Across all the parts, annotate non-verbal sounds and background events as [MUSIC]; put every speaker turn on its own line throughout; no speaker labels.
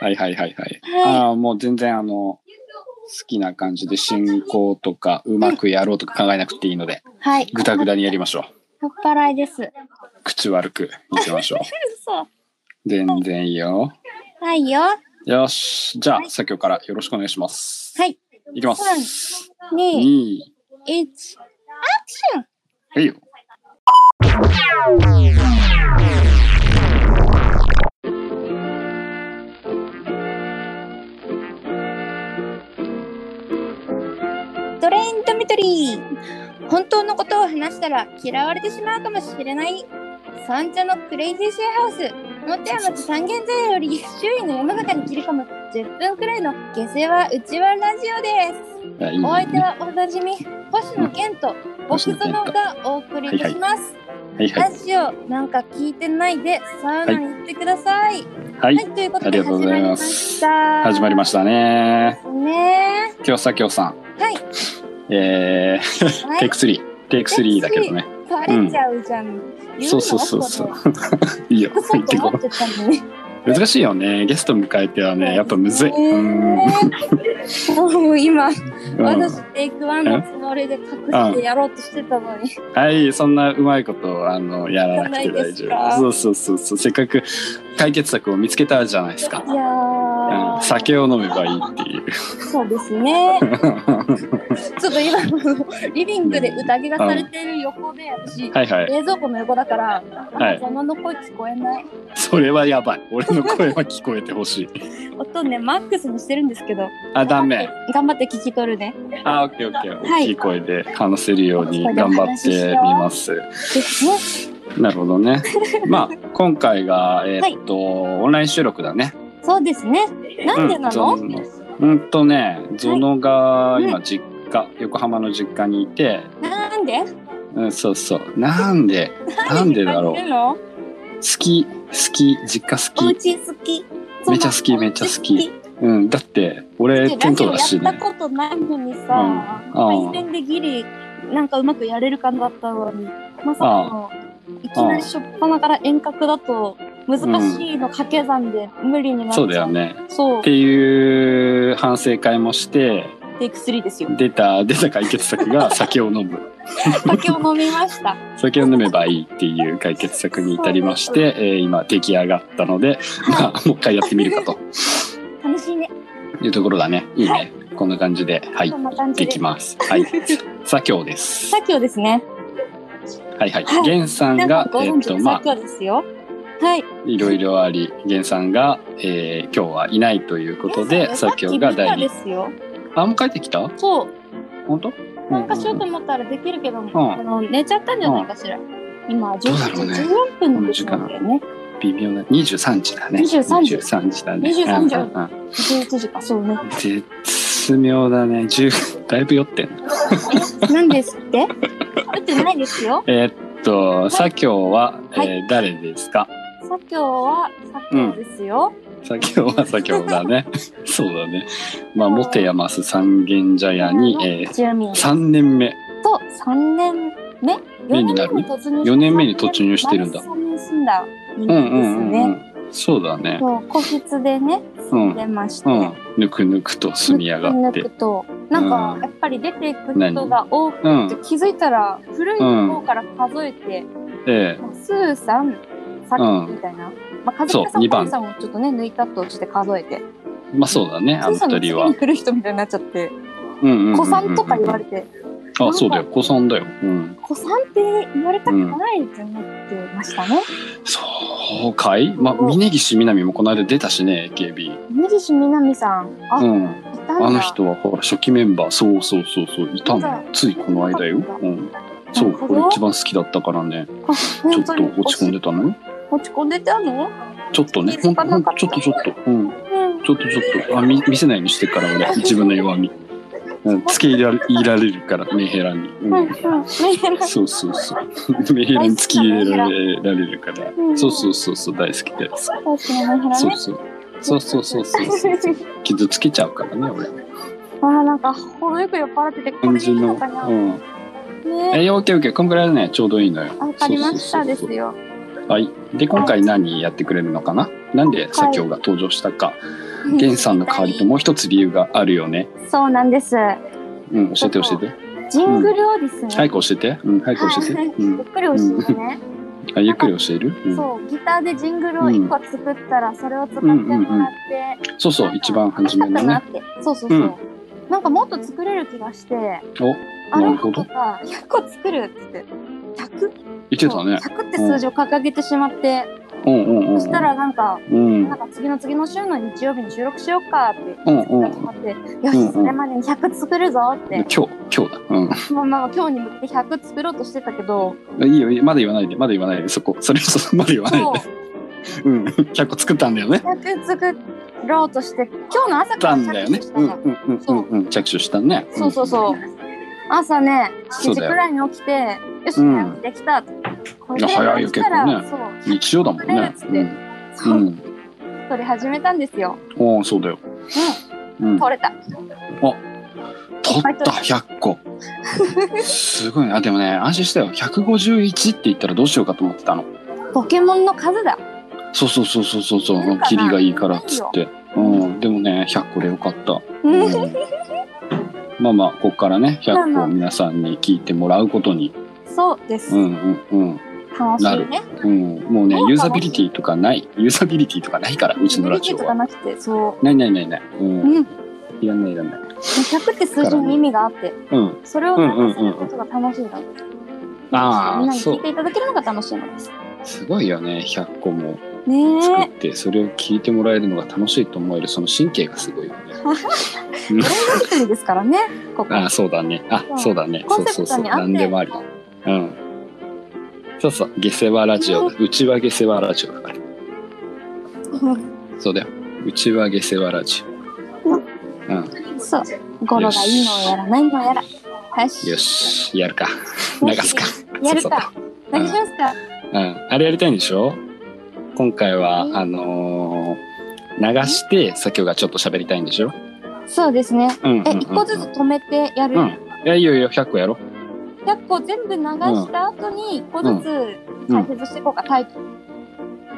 はいはいはいはい。
はい
ああ、もう全然あの、好きな感じで進行とか、うまくやろうとか考えなくていいので、
はい。
ぐだぐだにやりましょ
酔っ払いです。
う。口悪くいきま [LAUGHS] しょう。
そう。
全然いいよ。
はいよ。
よし。じゃあ、作業からよろしくお願いします。
はい。
いきます。
二、
に、
一、アクション
えいよ。
ドレインドミトリー本当のことを話したら嫌われてしまうかもしれない三茶のクレイジーシェアハウス本山と三軒茶屋より周囲の世の中に切り込む10分くらいの下世話うちわラジオで
い
す
やいいね
お相手
は
はおなじみ星野源と
星
僕
野源
園がお送りいたします、
いはい。
ラジオなんか聞いてないでサウナに行ってください
は
はい、
い。
ということ
あり
で
がとうご
始
ざ
ま
い
り
ま
ますした
始まりましたね。
ね
今日作業さん。
えはい
えー、
は
テイ
い
ク3。テイク3だけどね。
バレちゃうじゃん、言
そうそうそうそう。いいよ。
嘘
行って
と
こ
思ってたのに。
う。難しいよね。ゲスト迎えてはね、やっぱむずい。うん。
ねえもう今、
うん
私テイクワンのつもりで隠してやろうとしてたのに。
はい、そんなうまいことあのやらなくて大丈
やらな
夫。
いですか
そうそうそうそう。せっかく解決策を見つけたじゃないですか。
いやー、
うん、酒を飲めばいいっていう。
そうで
[LAUGHS]
すね。ちょっと今、リビングで宴がされてる横で、私、
はいはい。
冷蔵庫の横だから、
はい
邪魔の声聞こえない。
それはやばい。俺の声は聞こえてほしい。
音ね、マックスにしてるんですけど、
あ、ダメ。
頑張って聞き取るね。
あ、オッケーオッケー。
はい
大きい声で話せるように頑張ってみます。
ですね。
なるほど
[LAUGHS]
ね。まあ、今回が、えーっと、オンライン収録だね。
そうですね。なんでなの、
うんゾノうんとね、ゾノが今実家、横浜の実家にいて、
なんで
うん、そうそう。なん
[LAUGHS]
で、なんでだろう
な。んでの
好き、好き、実家
お
好き。
家好き。
めっちゃ好き、めっちゃ好き。。うん、だって、俺、テ
ラ
ン
ジ
ト
オ
だ
や
し
った
ね。
ことないのにさ、
うんうん
配信でギリなんかうまくやれるかなだったのに、まさかのいきなり初っ端から遠隔だと難しいの掛け算で無理になっちゃ。
そううだよ。ね。
そう
っ、ていう反省会もして、
テイク3です
[LAUGHS]
よ。
出た、出た解決策が酒を飲む。
酒を飲みました。
酒を飲めばいいっていう解決策に至りまして、えー今出来上がったの
[LAUGHS]
で、まあ、もう一回やってみるかと
楽しいね。
いうところだね。いいね。こんな感じで、はい
こ、んな感じ
で
で
き。ます。
[LAUGHS]
はい。左京です
さ。っきをですね、
はいはい
はい。
源さん
皆
が
さん、ご
えっ
存知
と、
の
ま
さ
あ
っき、をですよ。はい。
いろいろあり、源さんが、えー今日はいないということで、
さ
左
っき
京が
見た
第
で
二。
すよ。
あ、もう帰ってきた
そう。
本当
なんかしようと
うん
思ったらできるけども、
うん
あの寝ちゃったんじゃないかしら。今、10
どうだろ
時
うね
14分の時間だよね。
微妙な。23時だね。
23時
23時だね。
23時
うんうんうん
11時
[LAUGHS]
か、そうね。
絶妙だね。10、だいぶ酔ってんな
なんですって食べてないですよ。
えーっと、
い
左京は、
はい
えー誰ですか
さきょうは、さきょうですよ。
左京
[LAUGHS]
は左京だね。そうだね。まあ、モテヤマス三軒茶屋に、えー、
住民と
3年目。
3年目
目になる
突入
四年目に突入してるんだ
3年住んだ人
うんう
間
んう
です
ん、う
ね。
ん。そうだね。
そう、個室でね、
う
住ん
ん。
でまして。
うん。ぬくぬくと住み上がっ
ぬくぬ
て
く。となんかやっぱり出ていく人が多くて、
うん。
気づいたら古い方から数えて、
ええ。
スーさん、さっきみたいな。まあ、カズ
そう
キさん、
二番
コウさんをちょっとね、抜いたとして数えて。ス
まあ、そうだね。あ
ー
の
さんの
二
次
人は
に。来る人みたいになっちゃって、
うんうんうんうん。
子さんとか言われて、
あ、そうだよ。子さんだよ。うん。
子さんって言われたくないって思ってましたね。
そうかいまあ、峯岸みなみもこの間出たしね、AKB。
根岸みなみさん、あ、
う
い
ん。
たんだ。
あの人はほら初期メンバーそうそうそうそういた
そうだ
のついこの間よ、うん、そ
な
う
るほ
こ
ど
れ一番好きだったからね
あ、
ちょ
本
っと
当に
落ち込んでたの
落ち込んでたの
ちょっとね
気
ほ
づ
ん
か
ほ
なんかった
ちょっとちょっとうん
うん。
ちょっとちょっとあ見見せないようにしてから
[LAUGHS]
俺自分の弱み、うん、つけ入れられ入れられるからメンヘラに、
うん、う、
うんん、
メヘラ。
そうそうそうメンヘラに突き入れられられるから
うん
そうそうそうそう大好き大好き
大好きなメンヘラ
そう
ね。
そうそうそうそうそうそう
[LAUGHS]
傷つけちゃうからね俺
あー、なんか、程よく酔っ払ってて、こ
感
れでい
じ
い
の
のかな。
う
ね
んえー、オッケーオッケー、こんぐらいだね、ちょうどいいのよ。
わかりましたです
そうそう
よ。
そうそうはい。で、今回何やってくれるのかななんで、
い
左京が登場したか。源さんの代わりともう一つ理由があるよね。
そうなんです。
うん、教えて教えて。
ジングルをですね、
早く教えて。うん、早く教えて。
はい
うん
ゆっ、くり教えてね、
あゆっくり教える、うん、
そうギターでジングルを一個作ったらそれを使ってもらって、
そうそう、一番初めの
な
ね
っ。てそうそうそう、
うん
なんかもっと作れる気がして
お、
あ
な
れ
るほど。
とか100個作るっつって100
言ってたね。
100って数字を掲げてしまって、
うんうんうん。
そしたらなんか
うん、
なんか次の次の週の日曜日に収録しようかって
うんうん
決まって、よし、それまでに100作るぞっ
今
て、
日、今日だ。うん。
まあまあ今日に向けて100作ろうとしてたけど、
いいよ、いいよまだ言わないで、まだ言わないで、そこ、それ、そまだ言わない
今
で
日。
うん、100個作ったんだよね。
100作ろうとして、今日の朝
作っ
か
た
ら
んだよ
着
ね
手し。た
うん、
の。
うん、うん、うん、うん、着手したね。
そうそうそう。朝ね、7時くらいに起きて、よし、
うん
できたって。これ
いや早いよ
できたら
結
そう、
うん。日常だもんね。
そうう、
ん、
撮り始めたんですよ。
うん、おーそうだよ。うん、取
撮れた。
った100個。すごいね、あ、でもね、安心したよ。151って言ったら、どうしようかと思ってたの。
ポケモンの数だ。
そうそうそうそうそうそう
なんかな
霧がいいからっつってうんでもね100個でよかった、
うん
うんまあまあここからね
まあ
100
ま
個
あ
皆さんに聞いてもらうことに
[LAUGHS] そうです。
うんうん
楽しいね。
うんうんもうね
もう楽しい
ユーザビリティとかないユーザビリティとかないからうちのラジオ
とか
は
なくて、そう。
ないないないないうん、
うん
いらないいらない
100って数字に意味があって、
うん
それをなんかすることが楽しいな。
あ
みん
あ
なに
そ
聞いうていただけるのが楽しいのです。
すごいよね100個も作っ
ねえ。
てそれを聞いてもらえるのが楽しいと思えるその神経がすごいよねうん
一人ですからね、ここ。
あそうだね。あ、
うん
そうだね。
コ
そ
ン
う
セ
そう
プト
そう。
に合って
何でもあり。うん。そうそう。下世話ラジオだ。うちは下世話ラジオだから。そうだよ。うちは下世話ラジオ。うん。
そう。ゴロがいいのをやらないのをやら。はい。
よし。やるか。流すか。
やる
そうそう
か。何しますか。
うん。あれやりたいんでしょ今回は、あのー流して、さっきがちょっと喋りたいんでしょ
そうですね。
うんうん、うん。
え、一個ずつ止めてやる
う。ん。いや、いいよいいよ。100個やろう。
100個全部流した後に、一個ずつ解説していこうか、タイト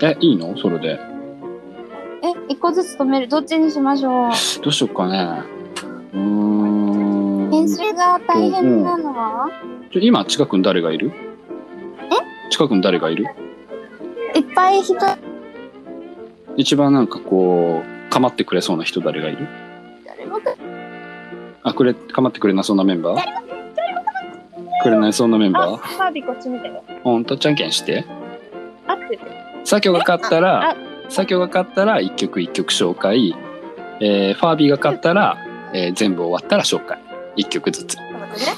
ル。
え、いいのそれで。
え、一個ずつ止める。どっちにしましょう。
どうしようかね。うーん。
編集が大変なのは
ちょ今近くに誰がいる近くに誰がいる
いっぱい人、
一番なんかこう構ってくれそうな人誰がいる
誰も
あくれ構ってくれなそうなメンバーくれないそうなメン
あ
バー、
ハービーこっち見てよ。
ほんとじゃんけんして
あってて。
左京が勝った
あ
ら左京が勝ったら一曲一曲紹介、えーファービーが勝ったら、えー全部終わったら紹介一曲ずつ
こんな感じね。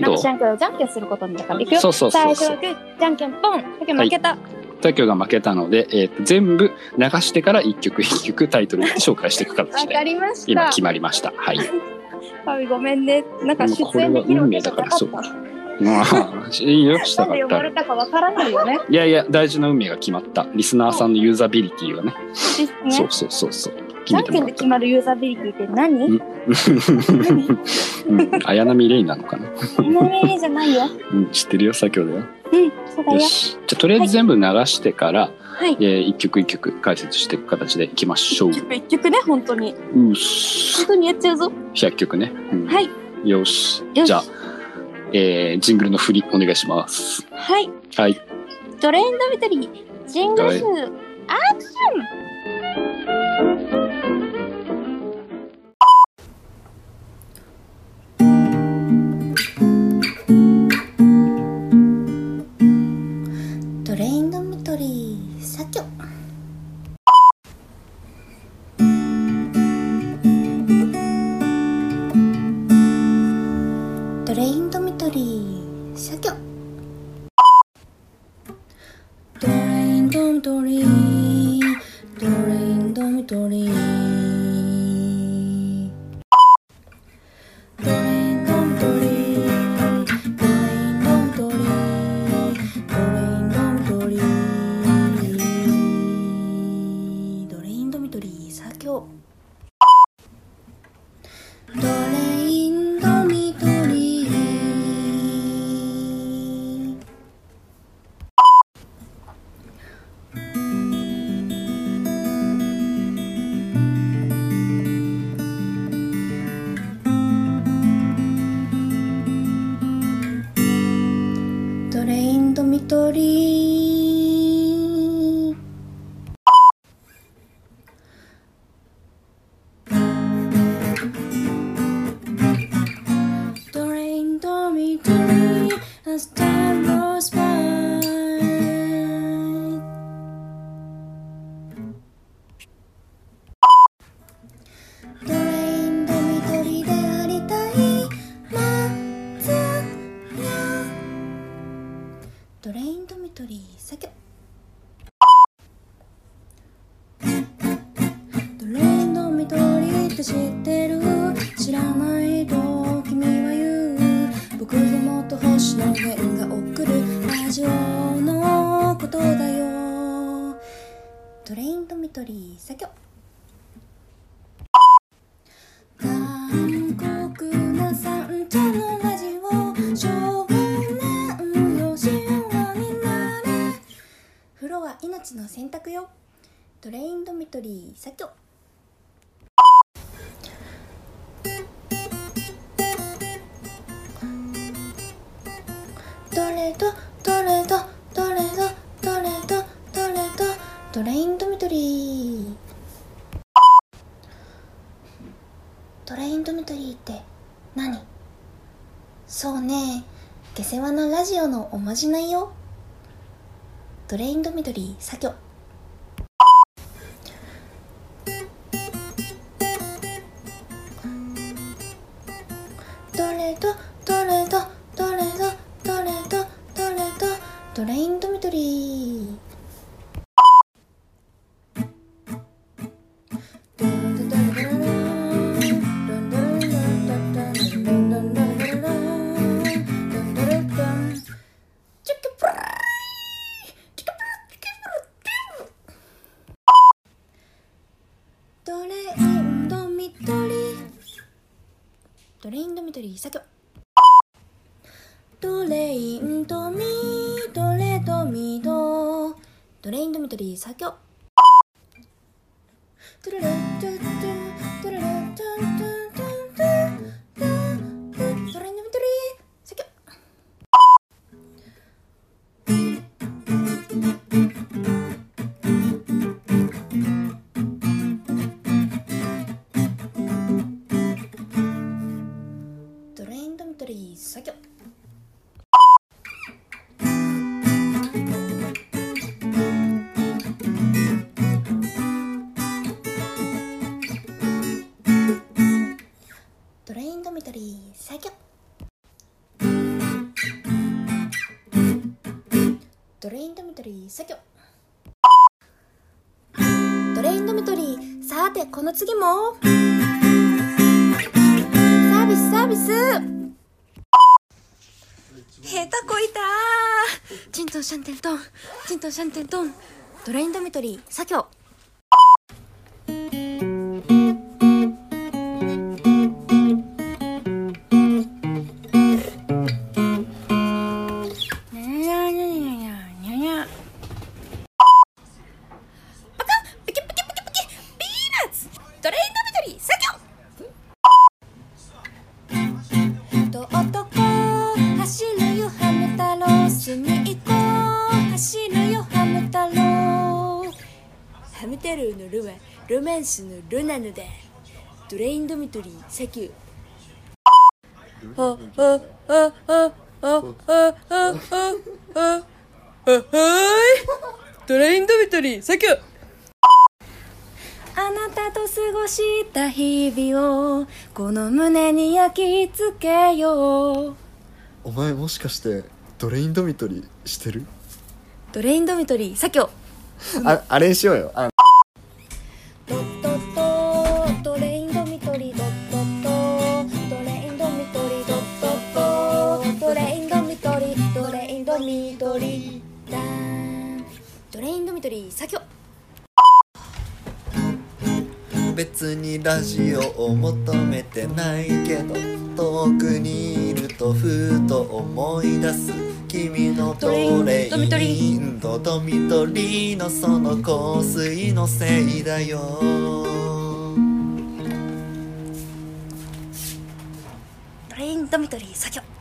な
ど
んか
う
じゃんけんをじゃんけんすることになったから。いくよ。
そうそうそ
最
う
初
そ
は
う
グー、じゃんけんポン。だけど負けた。
左京が負けたので、えーと全部流してから一曲一曲タイトル紹介していく
わ
形
か
で
りまし
今
た。
決まりましたはい
ハービーごめんね。なんか出演できるわけじゃなかっ
これは運命だから
た。
まあ、いいよ、した
なん
かっ
で呼ば
た。
れたかわからないよね。
いやいや、大事な運命が決まった。リスナーさんのユーザビリティがね。
です
そ
ね
う。そうそうそう。決
じゃ
め
ん
て
けん
も
で
らっ
決
た。
まるユーザビリティって何？
うん、綾波レイなのかな。
何々じゃないよ。
うん、知ってるよ、左京だよ。
うん、そうだよ。
よし。じゃあ、とりあえず全部流してから、
はい
えー一曲一曲解説していく形でいきましょう
一。曲一曲ね、本当
うっ
に。本
す。
当にやっちゃうぞ。
100曲ね。うん
はい。
よし。
よし
じゃあ、えージングルの振りお願いします。
はい。
はい。
トレンドミトリー、ジングル数、アクシ
トレインドミトリー社長トレインドミトリー社長トレインドミトリートレインドミトリートレインドミトリートレインドミトリードレインドミトリードレインドミトリー最強ドレインドミトリーって知ってる知らないと君は言う僕のもっと星の源が送るラジオのことだよトレインとミトリー作業韓国な三茶のラジオ少年よ神話になれ風呂は命の洗濯よトレインドミトリー作業どれどどれどどれどどれどどれどトレインドミトリートレインドミトリーって何そうね下世話なラジオのおまじないよトレインドミトリー作業どれどどれどどれどどれどどれどトレインドミトリートレインドミトリートレインドミトリー作業トレインドミトレドミドトレインドミトリー作業トゥルルトゥルトゥルトゥルルトゥルトゥルトゥルトゥルトレインドミトリー作業トレインドミトリー作業トレインドミトリー作業トレインドミトリー作業トレインドミトリーさてこの次もサービスサービス下手こいたーチントンシャンテントンチントンシャンテントントレインドミトリー作業にゃにゃにゃにゃにゃにゃにゃパカッピキピキピキピキピーナッツトレインドミトリー作業と男走るよハム太郎巣に行こう走るよハム太郎ハム太郎のルはロマンスのルなのだドレインドミトリーサキューあああああああああはーいドレインドミトリーサキューあなたと過ごした日々をこの胸に焼き付けよう
お前もしかしてドレインドミトリーしてる
ドレインドミトリー左京
ああれにしようよあ
ドットットドレインドミトリードットットドレインドミトリードットットドレインドミトリードレインドミトリーダーンドレインドミトリー左京
別にラジオを求めてないけど遠くにいるとふと思い出す君のトレインドドミトリーのその香水のせいだよ
ドレインドミトリー左京